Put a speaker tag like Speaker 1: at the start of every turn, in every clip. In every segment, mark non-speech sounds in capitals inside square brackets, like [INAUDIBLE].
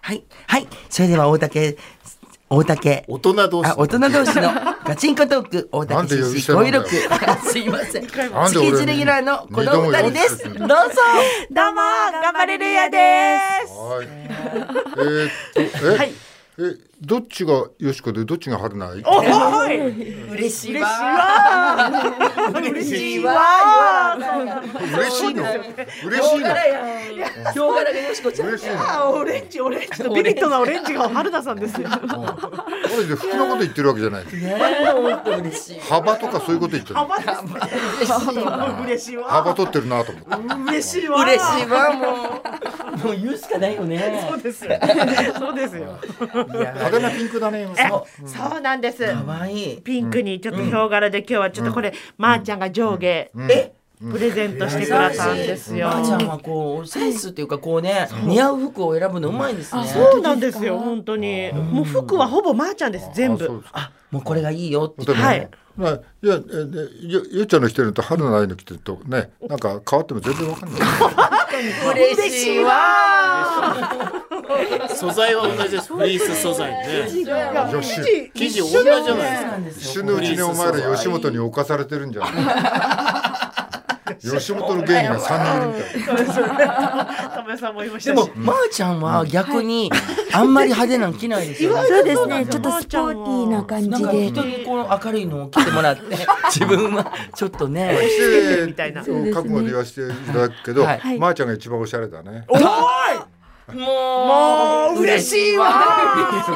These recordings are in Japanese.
Speaker 1: はい。はい。それでは大竹、大竹。
Speaker 2: 大人同士
Speaker 1: あ、大人同士のガチンコトーク、大
Speaker 2: なん
Speaker 1: 竹
Speaker 2: で呼び
Speaker 1: 紳士
Speaker 2: 捨てな
Speaker 1: 語彙
Speaker 2: んだよ
Speaker 1: 録。すいません。
Speaker 2: なん
Speaker 1: 月
Speaker 2: で俺
Speaker 1: 一レギュラーのこ
Speaker 2: 二度
Speaker 1: の
Speaker 2: も
Speaker 1: お
Speaker 2: 呼
Speaker 1: 二人
Speaker 2: び
Speaker 1: で
Speaker 2: 捨
Speaker 1: す。
Speaker 2: て
Speaker 1: ど
Speaker 2: す
Speaker 1: うぞ。
Speaker 2: る
Speaker 3: どうも頑張れるやです。
Speaker 2: はい。えーっと、え、え、どっちがよしこで、どっちが春ない。
Speaker 3: おはい。
Speaker 1: 嬉しい
Speaker 3: 嬉しい。わ。
Speaker 1: 嬉しい
Speaker 3: わ
Speaker 1: わ。
Speaker 2: 嬉しいの。嬉しいの。
Speaker 1: ヒョウ柄がよしこちゃん。
Speaker 2: 嬉しいの。
Speaker 3: オレンジオレンジのビビットなオレンジが春田さんですよ。
Speaker 2: 俺で服のこと言ってるわけじゃない。
Speaker 1: 嬉しい。
Speaker 2: 幅とかそういうこと言ってる。
Speaker 3: 甘い嬉しいわ。
Speaker 2: 幅取ってるなと思って。
Speaker 3: 嬉しいわ。
Speaker 1: 嬉しいわ、もう。もう言うしかないよね。
Speaker 3: そうですよ。そうですよ。
Speaker 2: 派手なピンクだね。
Speaker 3: そうなんです。
Speaker 1: 可愛い。
Speaker 3: ピンクにちょっとヒョウ柄で今日はちょっとこれまーちゃんが上下
Speaker 1: え、
Speaker 3: プレゼントしてくださったんですよ。
Speaker 1: ばあちゃんはこうセンスっていうかこうね似合う服を選ぶのうまいんですね。
Speaker 3: そうなんですよ本当に。もう服はほぼまーちゃんです全
Speaker 2: あそう
Speaker 3: 部。
Speaker 2: ですか
Speaker 1: あ、もうこれがいいよって。
Speaker 2: 例えばね
Speaker 3: はい
Speaker 2: まあ、いや、えでよ、ゆっちゃんの着てるのと、春のないの着てると、ね、なんか変わっても全然わかんない。
Speaker 1: 嬉しいわ。
Speaker 4: 素材は同じです。フリース素材ね。
Speaker 2: 女子。
Speaker 4: 生地同じじゃないですか。
Speaker 2: 一瞬のうちにお前ら吉本に侵されてるんじゃない。吉本の芸人が三人いるみたいな。
Speaker 3: [LAUGHS] ためさんも言いまし
Speaker 1: で
Speaker 3: たし。
Speaker 1: もまーちゃんは逆にあんまり派手なの着ないですよね。
Speaker 5: そうですね、ちょっとスポーティーな感
Speaker 1: なん
Speaker 5: じ
Speaker 1: か
Speaker 5: で。
Speaker 1: 人にこう明るいのを着てもらって
Speaker 3: [LAUGHS]
Speaker 1: 自分はちょっとね。
Speaker 2: して
Speaker 3: みたいな
Speaker 2: そう覚悟で言わせていただくけど、
Speaker 1: は
Speaker 2: まーちゃんが一番おしゃれだね。
Speaker 1: もう嬉しいわ。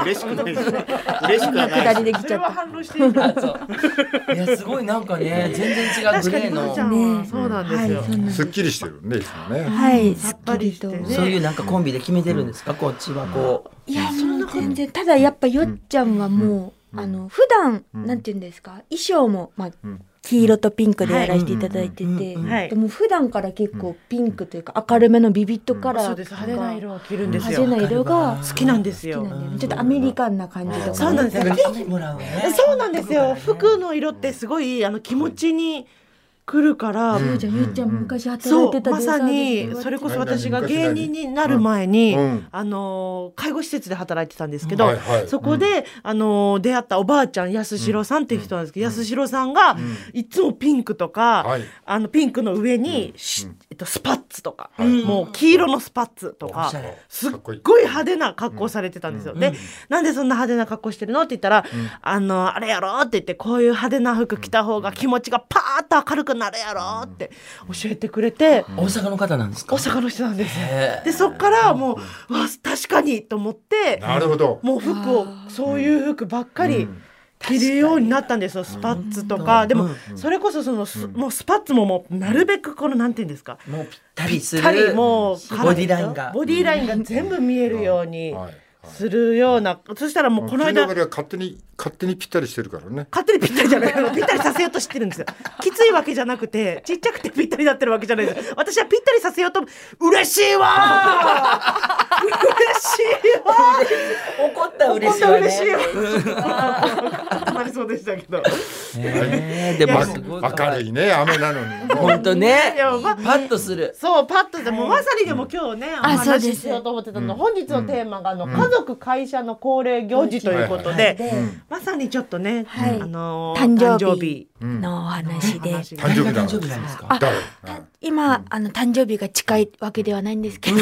Speaker 4: 嬉しくないです。嬉しくは
Speaker 5: くだ
Speaker 4: ない
Speaker 5: りで
Speaker 4: です。
Speaker 3: そ
Speaker 5: きち
Speaker 3: れ
Speaker 5: ゃっ
Speaker 3: は
Speaker 5: た。
Speaker 3: 反応していいから
Speaker 1: いやすごいなんかね全然違うグ
Speaker 3: 確か
Speaker 1: レー
Speaker 3: にまー
Speaker 1: の
Speaker 3: ちゃ。んはそうなん
Speaker 5: は
Speaker 3: で
Speaker 5: い、
Speaker 3: す
Speaker 5: そう
Speaker 3: よ。
Speaker 5: なんです
Speaker 2: すっきりしてるね、いつもね。
Speaker 5: はい、
Speaker 3: さ
Speaker 5: す
Speaker 3: っ
Speaker 5: っ
Speaker 3: ぱ
Speaker 5: き
Speaker 3: り
Speaker 5: り
Speaker 3: して
Speaker 5: と。
Speaker 3: ね
Speaker 1: そういうなんかコンビで決めてるんですかこっちはこ
Speaker 5: いや、もう全然、ただやっぱよっちゃんはもう、あの、普段、なんて言うんですか、衣装も、まあ
Speaker 2: ん、
Speaker 5: 黄色とピンクでやらせていただいてて、
Speaker 1: うん
Speaker 3: はい
Speaker 5: でも普段から結構ピンクというか明るめのビビットカラー
Speaker 3: そう
Speaker 5: と
Speaker 3: です
Speaker 5: か、
Speaker 3: 派手な色を着るんです
Speaker 5: 派
Speaker 3: よ。
Speaker 5: 手
Speaker 3: 好
Speaker 5: な色が
Speaker 3: きなんです
Speaker 5: 好き
Speaker 3: よ。
Speaker 5: なんだよねちょっとアメリカンな感じとか。
Speaker 3: そうなん
Speaker 1: う。
Speaker 3: ですよ。
Speaker 1: 来てもらうね。
Speaker 3: そうなんですよ。服の色ってすごいあの気持ちに来るから、
Speaker 5: ゆうちゃん、ゆうちゃん昔働
Speaker 3: そ
Speaker 5: いて
Speaker 3: う
Speaker 5: た
Speaker 3: ま
Speaker 5: デ
Speaker 3: さ
Speaker 5: ザイナー
Speaker 3: に
Speaker 5: ですよ
Speaker 3: それこそ私が芸人になる前に、
Speaker 2: うん
Speaker 3: あの介護施設で働いてたんですけど、
Speaker 2: はいはい
Speaker 3: そこで、あの出会ったおばあちゃん安代さんっていう人なんですけど、安代さんが、いつもピンクとか、
Speaker 2: はい
Speaker 3: あのピンクの上に、しえっと、スパッツとか、もう黄色のスパッツと
Speaker 1: お
Speaker 3: か
Speaker 1: しゃれ。
Speaker 3: すっ
Speaker 2: かっこいい
Speaker 3: ごい派手な格好されてたんですよ。で、なんでそんな派手な格好してるのって言ったら、あの、あれやろって言って、こういう派手な服着た方が気持ちがパーッと明るくなるやろって教えてくれて、
Speaker 1: 大阪の方なんですか
Speaker 3: 大。阪の人なんです。
Speaker 1: へ
Speaker 3: で、そっからもう、わ、確かにと思って、
Speaker 2: なるほど。
Speaker 3: もう服を、そういう服ばっかり、着るようになったんですよスパッツとか、でも、それこそそのス、もうスパッツももうなるべくこのなんていうんですか、
Speaker 1: えもうぴったりする。
Speaker 3: ぴったりもう
Speaker 1: ボディラインが。
Speaker 3: ボディラインが全部見えるように
Speaker 2: はいはい
Speaker 3: するような、そしたらもうこの間
Speaker 2: 黄色が勝手に勝手にぴったりしてるからね。
Speaker 3: 勝手にぴったりじゃないあのぴったりさせようとしてるんですよきついわけじゃなくてちっちゃくてぴったりなってるわけじゃないです私はぴったりさせようと嬉しいわ
Speaker 1: [LAUGHS]
Speaker 3: ー嬉しいわ
Speaker 1: 怒ったら
Speaker 3: ー
Speaker 1: 嬉しい
Speaker 3: こん
Speaker 1: わね。
Speaker 3: な嬉しいわ [LAUGHS] なりそうでしたけど
Speaker 1: ねえでも
Speaker 2: ます
Speaker 1: ごい
Speaker 2: 明るいね、雨なのに。もう
Speaker 1: 本当ね
Speaker 3: いやまあ
Speaker 1: パッとする
Speaker 3: そうパッとでもまさにでも今日ね、お
Speaker 5: そうで
Speaker 3: 話し
Speaker 5: す
Speaker 3: しようと思ってたの、本日のテーマがあの、家族会社の恒例行事ということで、
Speaker 5: で
Speaker 3: まさにちょっとね、
Speaker 5: はい
Speaker 3: あのー
Speaker 5: 誕生日
Speaker 3: 誕生日
Speaker 5: のお話で、
Speaker 3: 話が
Speaker 2: 誕生日だ
Speaker 1: 誕生日なんですか
Speaker 2: だから。
Speaker 5: 今、あの誕生日が近いわけではないんですけど、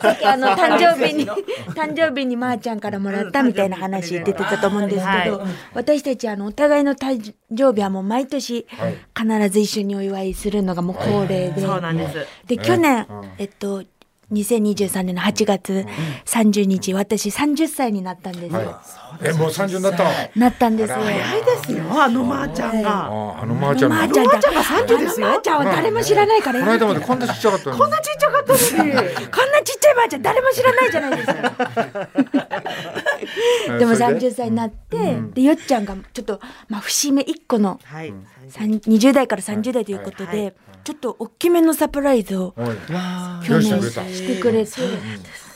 Speaker 5: さっきあの誕生日に誕生日にまーちゃんからもらったみたいな話出てたと思うんですけど、
Speaker 3: は
Speaker 5: 私たちあのお互いの誕生日はもう毎年
Speaker 2: はい
Speaker 5: 必ず一緒にお祝いするのがもう恒例で、
Speaker 3: そうなんです、
Speaker 5: で去年
Speaker 2: うん、
Speaker 5: えっと2023年の8月30日、私30歳になったんですよ。
Speaker 2: はい。え、もう三十になったの。
Speaker 5: なったんですよ。
Speaker 3: 早いですよあのまーちゃんが、
Speaker 2: あー、あのまーちゃんの。
Speaker 5: まー
Speaker 2: こ
Speaker 5: ちゃんだ。
Speaker 3: ゃんが30ですよ
Speaker 5: あのまーちゃんは誰も知らないから。
Speaker 2: の間までこんなちっちゃかったのに。こんな
Speaker 3: ちっちゃかったし
Speaker 5: こんなちっちゃいばあちゃん誰も知らないじゃないですか。 [LAUGHS] でも30歳になって、でよっちゃんがちょっと、まあ、節目1個の
Speaker 3: はい、
Speaker 5: 三20代から30代ということで、
Speaker 3: はいはい
Speaker 5: ちょっと大きめのサプライズを
Speaker 2: はい。
Speaker 1: わあ
Speaker 5: 去
Speaker 2: 用
Speaker 5: 年
Speaker 2: 意してくれた
Speaker 5: してくれ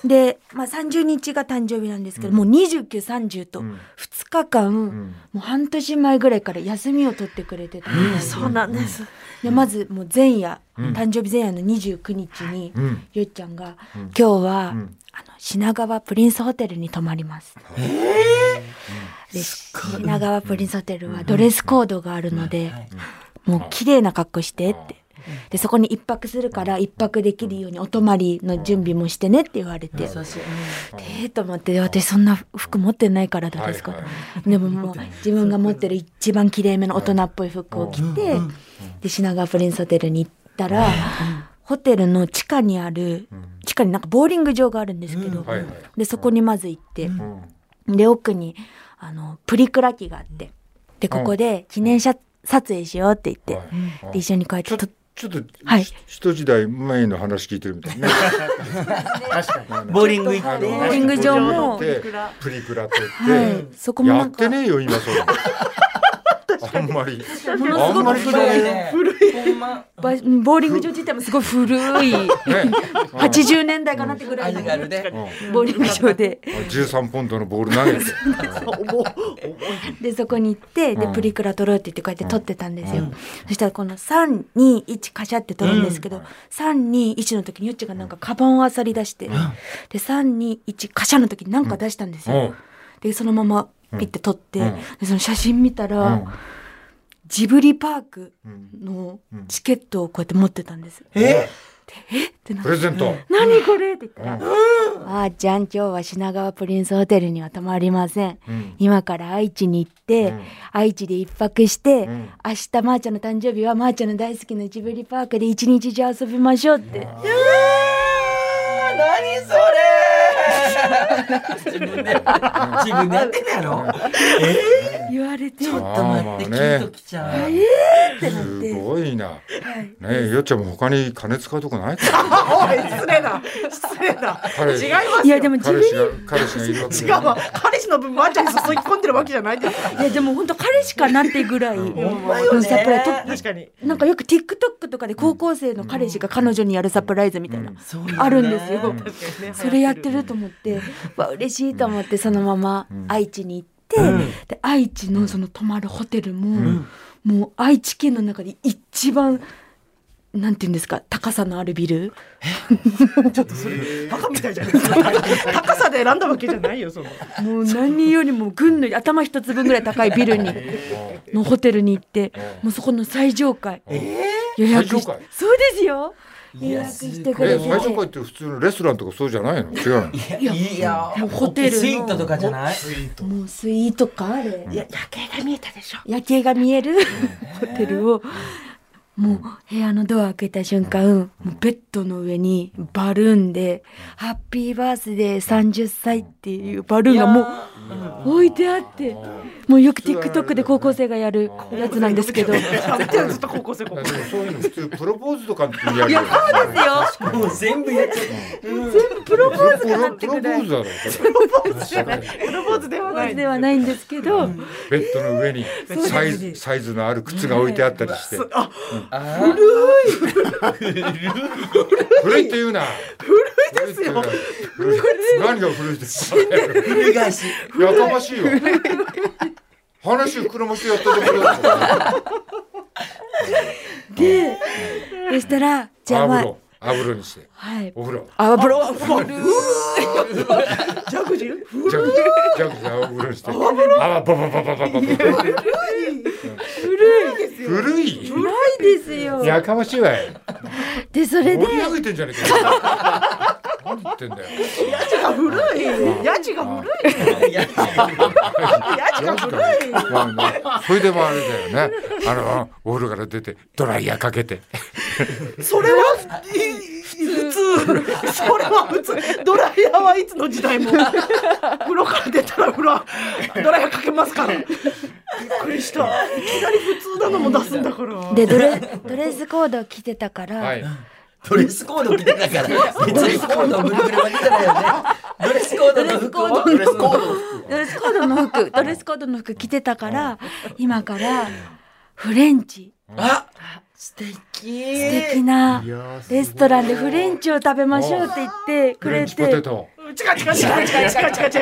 Speaker 5: て、で、まあ、30日が誕生日なんですけど、もう2930と
Speaker 2: うん
Speaker 5: 2日間、もう半年前ぐらいから休みを取ってくれてたみたいで,、
Speaker 3: そうなんです。
Speaker 5: でまずもう前夜、
Speaker 2: ん
Speaker 5: 誕生日前夜の29日に、
Speaker 2: うん
Speaker 5: ゆっちゃんが、今日は、
Speaker 2: ん
Speaker 5: あの品川プリンスホテルに泊まります。で品川プリンスホテルはドレスコードがあるので、もう綺麗な格好してって。でそこに一泊するから一泊できるようにお泊まりの準備もしてねって言われて、でえーと思って私そんな服持ってないからドレスコード、
Speaker 2: はい
Speaker 5: [LAUGHS] でももう自分が持ってる一番綺麗めの大人っぽい服を着て、で品川プリンスホテルに行ったら、ホテルの地下にある、地下になんかボーリング場があるんですけど、
Speaker 2: はいはい
Speaker 5: でそこにまず行って、
Speaker 2: うん
Speaker 5: で奥にあのプリクラ機があってでここで記念写撮影しようって言って、
Speaker 2: はい
Speaker 5: で一緒にこうやって
Speaker 2: ちょ
Speaker 5: と
Speaker 2: ちょっと、
Speaker 5: はい
Speaker 2: ひ一時代前の話聞いてるみた
Speaker 3: [LAUGHS]
Speaker 2: いね。
Speaker 1: ボーリング行っ
Speaker 5: あ
Speaker 1: て
Speaker 5: のボーリング場も
Speaker 2: プリクラプリクラ撮
Speaker 5: はい
Speaker 2: っ
Speaker 5: そこ
Speaker 2: て、
Speaker 5: もな
Speaker 2: や
Speaker 5: ん
Speaker 2: っ
Speaker 5: か
Speaker 2: てねえよ、今そういうの。あんまり。
Speaker 5: の
Speaker 2: あ
Speaker 5: すご
Speaker 2: ん
Speaker 5: く
Speaker 2: まり
Speaker 5: 古い
Speaker 1: 古いほんま
Speaker 5: ばボーリング場自体もすごい古
Speaker 2: [LAUGHS]
Speaker 5: い [LAUGHS]
Speaker 2: ね。
Speaker 5: 80年代かなってぐら
Speaker 1: あ
Speaker 5: いの
Speaker 1: れがあるで
Speaker 5: ボーリング場で
Speaker 2: 13ポンドのボール投げて。
Speaker 5: [LAUGHS] でそこに行ってで
Speaker 2: うん
Speaker 5: プリクラ撮ろうって言ってこうやって撮ってたんですよ、そしたらこの321カシャって撮るんですけど、321の時によっちがなんかカバンを漁り出して、で321カシャの時に何か出したんですよ、
Speaker 2: うん
Speaker 5: でそのままピッて撮って、
Speaker 2: うん
Speaker 5: でその写真見たら、
Speaker 2: うん
Speaker 5: ジブリパーク
Speaker 2: うん
Speaker 5: のチケットをこうやって持ってたんです、
Speaker 1: え
Speaker 5: えってなっ
Speaker 2: プ
Speaker 5: て
Speaker 2: レゼント。
Speaker 5: 何これって言ったら、あーちゃん今日は品川プリンスホテルには泊まりません。
Speaker 2: うん
Speaker 5: 今から愛知に行って、
Speaker 2: うん
Speaker 5: 愛知で一泊して、
Speaker 2: ん
Speaker 5: 明日まーちゃんの誕生日はまーちゃんの大好きなジブリパークで一日中遊びましょうって。
Speaker 1: 何それ自分で自分でやってんのやろ
Speaker 5: 言われて、
Speaker 1: ちょっ
Speaker 5: は
Speaker 2: あ
Speaker 1: と
Speaker 2: ー
Speaker 1: 待って
Speaker 2: まあ
Speaker 1: キュ
Speaker 2: ね
Speaker 1: ンときちゃう
Speaker 2: すごいな。
Speaker 5: い、
Speaker 2: ねえ、よっちゃんも他に金使うとこない
Speaker 3: [LAUGHS]
Speaker 2: か
Speaker 3: おい失礼な失礼な
Speaker 2: 彼
Speaker 3: 違い
Speaker 2: 氏
Speaker 3: ます
Speaker 5: い
Speaker 3: よ
Speaker 5: やでもジ
Speaker 2: 彼
Speaker 5: ブリ
Speaker 2: 氏が、彼氏がいるわけだ
Speaker 3: 違う
Speaker 2: よね
Speaker 3: わ彼氏の分マーちゃんに注ぎ込んでるわけじゃないです
Speaker 5: いやでも本当彼しかなってぐらい。
Speaker 1: まよね
Speaker 5: うんサプライズと
Speaker 3: 確かに
Speaker 5: なんかよく TikTok とかで高校生の彼氏が彼女にやるサプライズみたいな、
Speaker 1: そうよね
Speaker 5: あるんですよ。
Speaker 3: 確かにね
Speaker 5: それやってると思って、わ嬉しいと思ってそのまま愛知に行って、で愛知のその泊まるホテルも、もう愛知県の中で一番なんて言うんですか高さのあるビル
Speaker 3: ちょっとそれバカみたいじゃないですか高さで選んだわけじゃないよその
Speaker 5: もう何よりも群の頭一つ分ぐらい高いビルにのホテルに行ってもうそこの最上階予約して
Speaker 2: 最上階
Speaker 5: そうですよ
Speaker 1: い
Speaker 5: 予
Speaker 1: や
Speaker 5: 約してくれ
Speaker 2: え、
Speaker 5: て
Speaker 2: 最初からって普通のレストランとかそうじゃないの違うの
Speaker 1: いやいや
Speaker 5: もうホテルの
Speaker 1: スイートとかじゃない
Speaker 5: もうスイートかあれ。
Speaker 3: いや夜景が見えたでしょ
Speaker 5: 夜景が見える [LAUGHS] ホテルをもう部屋のドア開けた瞬間もうベッドの上にバルーンで「ハッピーバースデー30歳」っていうバルーンがもう置いてあってもうよく TikTok で高校生がやるやつなんですけど。
Speaker 3: やめてよずっと高校生高校
Speaker 2: で
Speaker 3: 生
Speaker 2: もそういうの普通プロポーズとかの時にやるよ。
Speaker 1: もう全部やっちゃう
Speaker 5: プロポ
Speaker 2: プ
Speaker 5: ーズかな
Speaker 2: ロ
Speaker 5: っ
Speaker 2: プ
Speaker 5: て
Speaker 2: ロポ
Speaker 5: くら
Speaker 2: ー
Speaker 5: い
Speaker 2: ズだろこ
Speaker 3: プロポーズでは
Speaker 5: プロポ
Speaker 3: な
Speaker 5: ー
Speaker 3: い
Speaker 5: ズではないんですけど、
Speaker 2: れベッドの上に
Speaker 3: に
Speaker 2: サイズサイズのある靴が置いてあったりして古いって言うな古いですよ何が古いですか
Speaker 1: 古い返し
Speaker 2: やかましいよ話膨らましてやったところだよ
Speaker 5: でそしたらじゃあ
Speaker 2: ア
Speaker 5: ま
Speaker 2: ブロ
Speaker 5: あ
Speaker 2: アブロにして
Speaker 5: はい
Speaker 2: お風呂
Speaker 5: あプロ
Speaker 3: ジャグジー
Speaker 2: ジャグジャグジャグアブロにしてあバババババババ
Speaker 5: 古い
Speaker 2: 古い
Speaker 5: ないですよ
Speaker 2: やかましいわよ
Speaker 5: でそれ
Speaker 2: 盛
Speaker 5: で
Speaker 2: り上げてんじゃねえかよ何言ってんだよ
Speaker 3: ヤジが古いヤジが古い
Speaker 1: いや
Speaker 3: ヤジが古い
Speaker 2: まあねそれでもあれだよね。あの、お風呂から出て、ドライヤーかけて。
Speaker 3: それはい普通それは普通ドライヤーはいつの時代も風呂から出たら風呂ドライヤーかけますからびっくりしたいきなり普通なのも出すんだから
Speaker 5: でドレドレスコードを着てたから、
Speaker 2: はい。
Speaker 1: ドレスコード着てたから別にコードをぐるぐる巻いてたらよねドレスコードの服を
Speaker 4: ドレスコード
Speaker 5: ドレスコー
Speaker 2: [LAUGHS]
Speaker 5: ドの服ドレスコードの服着てたから今からフレンチ
Speaker 1: あ素敵
Speaker 5: 素敵なレストランでフレンチを食べましょうって言ってく
Speaker 2: フレ
Speaker 5: れ
Speaker 2: ンチポテ
Speaker 5: て
Speaker 2: ト。
Speaker 3: 違う違う違う違う違う違う違うそんな安いの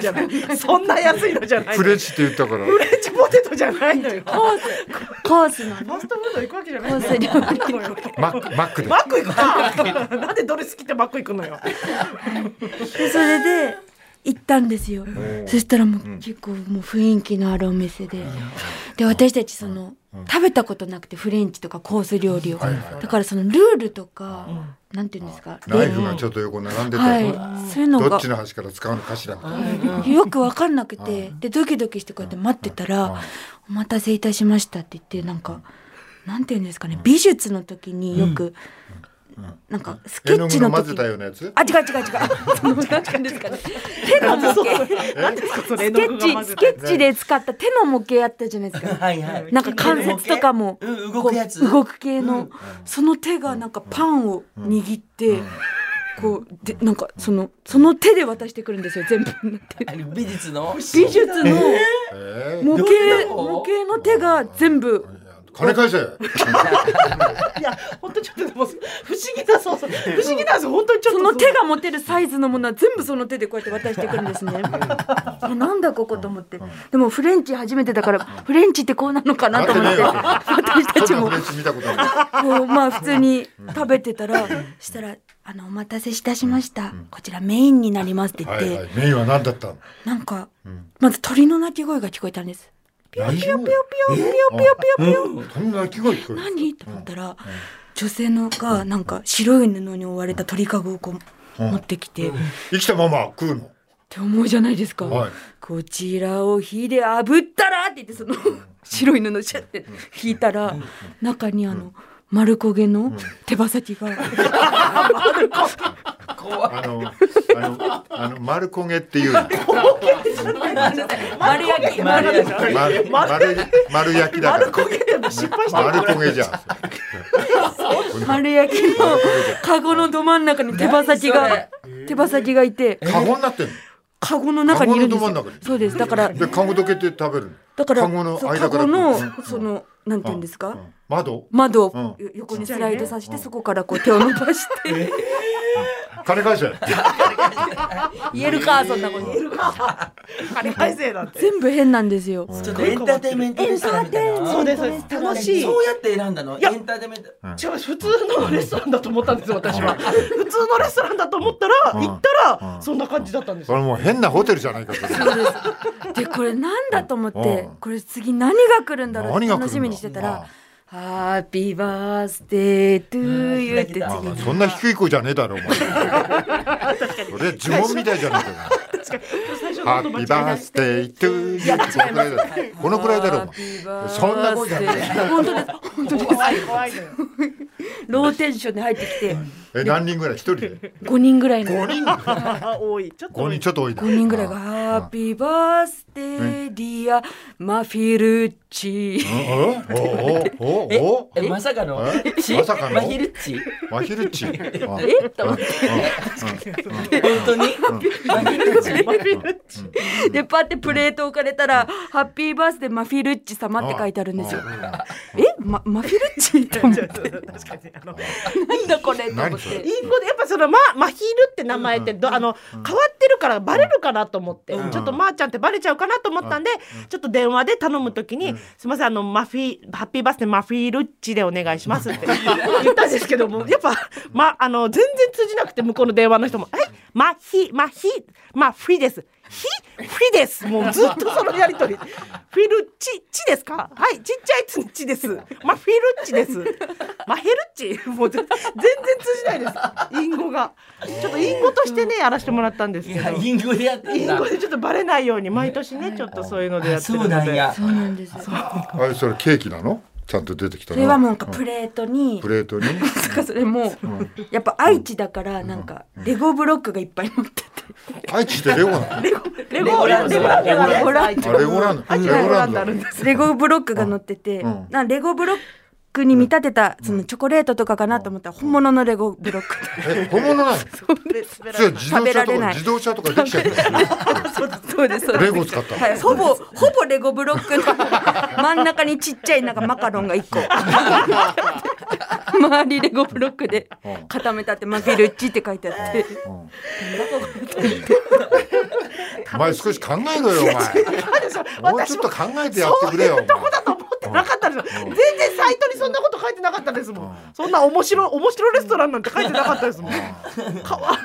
Speaker 3: じゃないそんな安いのじゃない
Speaker 2: フレンチって言ったから
Speaker 3: フレンチポテトじゃないのよフ
Speaker 5: コースコースのね
Speaker 3: ァストフード行くわけじゃない
Speaker 5: コ
Speaker 3: のよ
Speaker 5: ース
Speaker 2: [LAUGHS]
Speaker 5: 料理
Speaker 2: マックマックで
Speaker 3: マック行くかなんでドレス着てマック行くのよ
Speaker 5: でそれで行ったんですよ
Speaker 2: ん
Speaker 5: そしたらもう結構もう雰囲気のあるお店でで私たちその食べたことなくてフレンチとかコース料理をだからそのルールとかなんていうんですか
Speaker 2: ナイフがちょっと横並んでて、
Speaker 5: はいそういうの
Speaker 2: ど
Speaker 5: が
Speaker 2: っちの端から使うのかしらみたいな
Speaker 5: よく分かんなくてでドキドキしてこうやって待ってたら「お待たせいたしました」って言ってなんかなんていうんですかね美術の時によくなんかスケ
Speaker 2: 絵
Speaker 5: ッ
Speaker 2: の
Speaker 5: チ
Speaker 2: 具
Speaker 5: の
Speaker 2: の混ぜ
Speaker 5: 時
Speaker 2: たようなやつ
Speaker 5: あ違う違う違うそのなんていうんですかね手の模型
Speaker 3: なんですかそれ
Speaker 5: スケッチスケッチで使った手の模型やったじゃないですか。
Speaker 1: はいはい。
Speaker 5: なんか関節とかも
Speaker 1: うん動
Speaker 5: こ
Speaker 1: くやつ。
Speaker 5: う動く系の、その手がなんかパンを握って、こうでなんかそのその手で渡してくるんですよ全部
Speaker 1: あの美術の。
Speaker 5: 美術の
Speaker 2: え
Speaker 5: 模型
Speaker 1: えー
Speaker 5: 模型の手が全部
Speaker 2: え金返せ
Speaker 3: いや本当ちょっとでも不思議だそうそう不思議なんですよ本当にちょっ
Speaker 5: そ
Speaker 3: と
Speaker 5: の手が持てるサイズのものは全部その手でこうやって渡してくるんですね。えなんだここと思ってでもフレンチ初めてだからフレンチってこうなのかなと思って
Speaker 2: なってね
Speaker 5: 私たち
Speaker 2: そんな
Speaker 5: も
Speaker 2: フレンチ見たことない
Speaker 5: こうまあ普通に食べてたらしたら「あのお待たせいたしましたこちらメインになります」って言っ
Speaker 2: は
Speaker 5: て、
Speaker 2: いはいメインは何だったの
Speaker 5: なんかまず鳥の鳴き声が聞こえたんです。
Speaker 2: ピヨピヨピ
Speaker 5: ピヨピヨピヨピヨピヨ
Speaker 2: そんな鳴き声聞こえる
Speaker 5: 何と思ったら女性のがなんか白い布に覆われた鳥かごをこう持ってきて。
Speaker 2: 生きたまま食うの
Speaker 5: って思うじゃないですか、
Speaker 2: はい
Speaker 5: こちらを火で炙ったらって言ってその白い布シャって引いたら中にあの丸焦げの手羽先が
Speaker 2: あのあのあの丸焦げっていうの
Speaker 5: 丸焼き
Speaker 1: 丸焼き
Speaker 2: 丸丸丸焼きだから
Speaker 3: 焦げでも失敗した
Speaker 2: 丸焦げじゃん
Speaker 5: [LAUGHS] 丸焼きのカゴのど真ん中に手羽先が手羽先がいて
Speaker 2: カゴになってんの
Speaker 5: カゴの中にいるんです
Speaker 2: カゴのど真
Speaker 5: よ
Speaker 2: ん中に
Speaker 5: そうですだから
Speaker 2: でカゴどけて食べるの
Speaker 5: だから
Speaker 2: カゴの
Speaker 5: そう
Speaker 2: 間から
Speaker 5: カゴの
Speaker 2: うん
Speaker 5: そのなんて言うんです
Speaker 2: う
Speaker 5: か
Speaker 2: ん窓
Speaker 5: 窓を
Speaker 2: う
Speaker 5: 横にスライドさせてそこからこう手を伸ばして
Speaker 2: 金返せ
Speaker 5: [LAUGHS] 言えるかそんなこと
Speaker 3: 金返せなんて
Speaker 5: 全部変なんですよ
Speaker 1: ちょっとエンターテインメントレストランみたいな。
Speaker 3: そうですそうです楽しい
Speaker 1: そうやって選んだの。
Speaker 3: や
Speaker 1: エンターテインメント。
Speaker 3: 違う普通のレストランだと思ったんですよ私は普通のレストランだと思ったら行ったらそんな感じだったんです
Speaker 2: そ
Speaker 3: よ
Speaker 2: れもう変なホテルじゃないかそれ
Speaker 5: そうです。で、これなんだと思っ
Speaker 2: う
Speaker 5: て
Speaker 2: ん、
Speaker 5: これ次何が来るんだろうって
Speaker 2: 何が来るんだ
Speaker 5: 楽しみにしてたら、ハッピーバースデートゥーユーって次
Speaker 1: あ
Speaker 2: あまあ
Speaker 5: に。
Speaker 2: そんな低い声じゃねえだろお
Speaker 5: [LAUGHS]
Speaker 2: 前それ呪文みたいじゃねえか
Speaker 3: 最初
Speaker 2: ハ
Speaker 3: の
Speaker 2: ッ
Speaker 3: こ
Speaker 2: ピー
Speaker 3: と間違いない
Speaker 2: バースデートゥーユーこのくらいだろ
Speaker 5: ハ
Speaker 2: お
Speaker 5: ッピーバ
Speaker 2: 前
Speaker 5: ースデ
Speaker 2: そんな声じゃねえ
Speaker 5: ー本当です。
Speaker 2: [LAUGHS]
Speaker 5: 本当です。
Speaker 3: 怖い怖いのよ
Speaker 5: ローテンションで入ってきて、
Speaker 2: え何人ぐらい一人で
Speaker 5: 5人ぐらいの
Speaker 2: 五。人五
Speaker 3: あ多いちょっと多い [LAUGHS]
Speaker 2: 人ちょっと多いだ
Speaker 5: 5人ぐらいが、ハッピーバースデーディアマフィルチ。
Speaker 2: おおおおお
Speaker 1: えまさかの。
Speaker 2: え
Speaker 1: チ
Speaker 2: まさかの
Speaker 1: マヒルッチ。
Speaker 2: マヒルチえ
Speaker 5: と思って
Speaker 1: 本当に。マヒルッチ。
Speaker 5: で、パってプレート置かれたら、ハッピーバースデーマフィルッチ様って書いてあるんですよ。え、ま、マフィルッチって思って。
Speaker 3: 確かにあの
Speaker 5: なんだこれと思
Speaker 2: 何
Speaker 5: っ
Speaker 2: それ
Speaker 5: て。
Speaker 3: リンゴでやっぱそのまマヒルって名前ってどあの変わってるからバレるかなと思ってちょっとまーちゃんってバレちゃうかなと思ったんでちょっと電話で頼むときにすみませんあのマフィハッピーバースデーマフィルッチでお願いします [LAUGHS] って言ったんですけどもやっぱまあの全然通じなくて向こうの電話の人もえマヒマヒマフィですヒ [LAUGHS] フィですもうずっとそのやりとりフィルチチですかはいちっちゃいつにチですマフィルッチですマヘルッチもう全然通じないですインゴがちょっとインゴとしてねやらせてもらったんです
Speaker 1: い
Speaker 3: け
Speaker 1: や
Speaker 3: ど
Speaker 1: イングでやって
Speaker 3: イ
Speaker 1: ん
Speaker 3: ン
Speaker 1: だ
Speaker 3: ゴ。でちょっとバレないように毎年ねちょっとそういうのでや
Speaker 1: あ
Speaker 3: ってる
Speaker 1: そ
Speaker 3: の
Speaker 1: う
Speaker 3: で
Speaker 1: なんや。
Speaker 5: そうなんです。
Speaker 2: あそれケーキなのちゃんと出てきた
Speaker 5: そ
Speaker 2: の
Speaker 5: れはもうなんかプレートに
Speaker 2: プ、レートに
Speaker 5: なんかそれもう、やっぱ愛知だからなんかレゴブロックがいっぱい乗って
Speaker 2: 愛知でレゴなの
Speaker 3: レゴランドがね
Speaker 5: て、レゴラン
Speaker 2: あレゴランドレ
Speaker 3: あレ
Speaker 2: ゴ
Speaker 3: ゴ
Speaker 2: ラ
Speaker 3: ラ
Speaker 2: ンド
Speaker 3: ンド
Speaker 2: だ
Speaker 3: あるんです
Speaker 5: レゴブロックが乗ってて
Speaker 2: うん、
Speaker 5: なレゴブロックに見立てたそのチョコレートとかかなと思ったら本物のレゴブロックで
Speaker 2: え本物なの
Speaker 5: そうです
Speaker 2: それ自動
Speaker 5: 食べ
Speaker 2: 車
Speaker 5: ら
Speaker 2: と
Speaker 5: れ
Speaker 2: か
Speaker 5: ない
Speaker 2: 自動車とかできちゃうんですよ
Speaker 5: そうですそうです
Speaker 2: レゴ使ったの
Speaker 5: はい、ほぼほぼレゴブロックの [LAUGHS] 真ん中にちっちゃいなんかマカロンが一
Speaker 2: [LAUGHS]
Speaker 5: 個周りレゴブロックで固めたって、まあ、ビルッジって書いてあって
Speaker 2: お前少し考えろよお前もうちょっと考えてやってくれよお前
Speaker 3: と思ってなかったんですよ全然サイトにそんなこと書いてなかったですもんそんな面白い面白いレストランなんて書いてなかったですもん変わ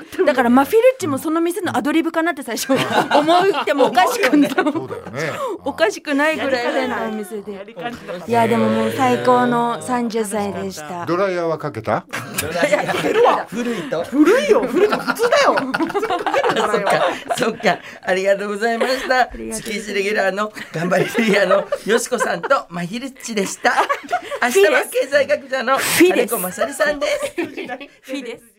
Speaker 3: って
Speaker 5: だからマフィルッチもその店のアドリブかなって最初思ってもおかしくない
Speaker 2: そうだよね
Speaker 5: おかしくないぐらい [LAUGHS] 変なお店
Speaker 3: や
Speaker 5: で
Speaker 3: り感じなかった
Speaker 5: いやでももう最高の30歳でした
Speaker 2: ドライヤーはかけた
Speaker 1: 古いと。
Speaker 3: 古いよ古いの普通だよ普通かけるんだ
Speaker 1: そっ
Speaker 3: よ
Speaker 1: か、 [LAUGHS] そっか、ありがとうございました。月一レギュラーの頑張りレギュラーのよしこさんとマヒルッチでした。明日は経済学者の
Speaker 5: フィ
Speaker 1: 金
Speaker 5: です
Speaker 1: 子勝さんです。
Speaker 5: フィです